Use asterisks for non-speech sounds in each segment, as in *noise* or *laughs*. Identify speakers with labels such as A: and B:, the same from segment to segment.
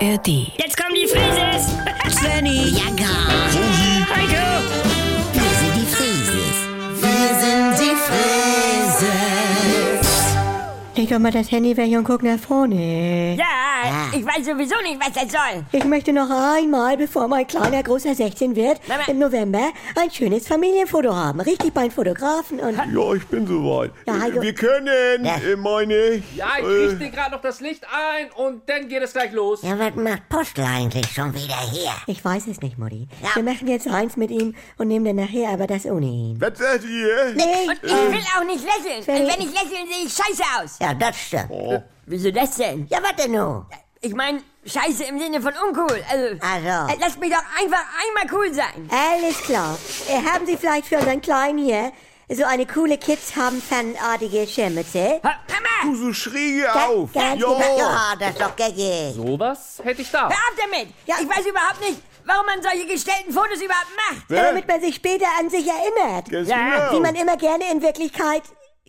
A: ARD.
B: Jetzt kommen die Frises! *laughs*
C: Svenny. Ja, gar.
B: Heiko!
C: Wir sind die Frieses. Wir sind die Frieses.
D: Leg doch mal das Handy weg und guck nach vorne. Ah.
B: Ja, ich weiß sowieso nicht, was das soll.
D: Ich möchte noch einmal, bevor mein kleiner großer 16 wird,
B: Mama.
D: im November ein schönes Familienfoto haben. Richtig beim Fotografen und...
E: Ja, ich bin soweit.
D: Ja, Heiko.
E: Wir können, äh, meine äh, ich.
F: Ja, ich richte gerade noch das Licht ein und dann geht es gleich los.
C: Ja, was macht Postel eigentlich schon wieder hier?
D: Ich weiß es nicht, Mutti. Wir machen jetzt eins mit ihm und nehmen dann nachher aber das ohne ihn.
E: Was sagt ihr?
B: Und ich
D: Ah.
B: will auch nicht lächeln. Und wenn ich lächle, sehe ich scheiße aus.
C: Ja, das stimmt.
E: Oh,
B: Wieso das denn?
C: Ja, was denn nun?
B: Ich meine, scheiße im Sinne von uncool. Also,
D: Ah.
C: Also.
B: äh, lass mich doch einfach einmal cool sein.
D: Alles klar. Äh, haben Sie vielleicht für unseren Kleinen hier so eine coole Kids haben fanartige Schirmmütze?
B: Ha, Mama,
E: du so schräge
D: Ganz-
E: auf.
D: ganz genau.
E: ja.
C: Ja, das ist doch geckig.
F: Sowas hätte ich da.
B: hör auf damit.
D: Ja.
B: Ich weiß überhaupt nicht, warum man solche gestellten Fotos überhaupt macht.
D: Ja, damit man sich später an sich erinnert.
E: Ganz
B: Ja,
D: Wie
E: genau.
D: man immer gerne in Wirklichkeit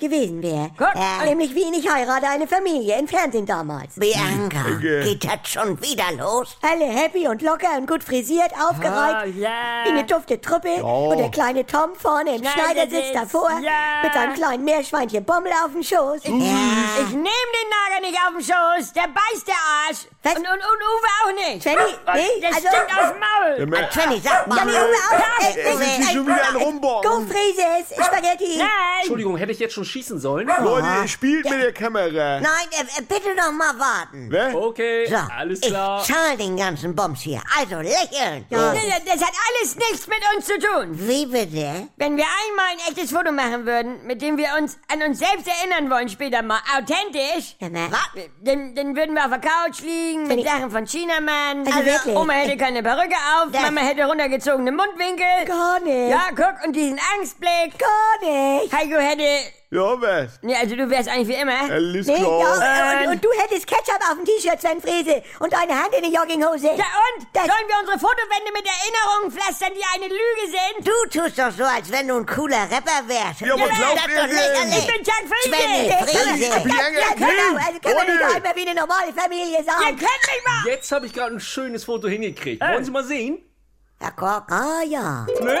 D: gewesen wäre.
B: Gut.
D: Äh, nämlich wie in Ich heirate eine Familie im Fernsehen damals.
C: Bianca,
E: Danke.
C: geht das schon wieder los?
D: Alle happy und locker und gut frisiert,
F: Ah,
D: aufgereiht.
B: Oh, ja.
D: Wie eine dufte Truppe. Und der kleine Tom vorne im Schneidersitz
B: Schneidersitz,
D: davor.
B: ja.
D: Mit seinem kleinen Meerschweinchen Bommel auf dem Schoß.
C: Ja.
B: Ich nehme den Nager nicht auf den Schoß. Der beißt der Arsch.
D: Was?
B: Und, und, und Uwe auch nicht.
D: Svenny, nee,
B: Der
D: also...
B: stinkt aufs Maul.
E: Immer-
C: Fanny, sag mal.
D: Ja, die Uwe auch.
B: Ja,
D: Ey,
E: Ey, sind
D: ey,
E: sie
D: ey,
E: schon wieder ein
D: Go
E: Rumbocken?
D: Frises, Spaghetti.
B: Nein.
F: Entschuldigung, hätte ich jetzt schon schießen sollen?
E: Leute, spielt mit der Kamera. Ne?
C: Nein, äh, äh, bitte noch mal warten.
E: Wer?
F: Okay,
C: So,
F: alles klar.
C: ich zahl den ganzen Bums hier. Also lächeln.
D: Ja.
B: Das das hat alles nichts mit uns zu tun.
C: Wie bitte?
B: Wenn wir einmal ein echtes Foto machen würden, mit dem wir uns an uns selbst erinnern wollen, später mal authentisch,
D: Sag mal,
B: dann, dann würden wir auf der Couch liegen
D: Wenn
B: mit
D: ich-
B: Sachen von Chinamann.
D: Also wirklich?
B: Oma hätte keine Perücke auf,
C: Das-
B: Mama hätte runtergezogene Mundwinkel.
D: Gar nicht.
B: Ja, guck, und diesen Angstblick.
D: Gar nicht.
B: Heiko hätte.
E: Ja, was?
B: Nee, also du wärst eigentlich wie immer.
E: Alles
D: Nee,
E: klar.
D: ja, äh,
B: Ähm.
D: und, und du hättest Ketchup auf dem T-Shirt, Sven Frese. Und eine Hand in der Jogginghose.
B: Ja und?
D: Das-
B: Sollen wir unsere Fotowände mit Erinnerungen pflastern, die eine Lüge sind?
C: Du tust doch so, als wenn du ein cooler Rapper wärst.
E: Ja, aber
C: Das ist
E: glaubt
C: doch
E: ihr denn?
C: lächerlich.
B: Ich bin Jack
C: Svenny,
B: Friese!
C: Friese.
D: Ja, genau. Also kann man
E: Ohne.
D: nicht einmal wie eine normale Familie
B: Ihr
D: sein.
B: könnt mich mal!
F: Jetzt habe ich gerade ein schönes Foto hingekriegt. Wollen Sie mal sehen?
C: Ja, guck.
D: Ah ja.
F: Ne?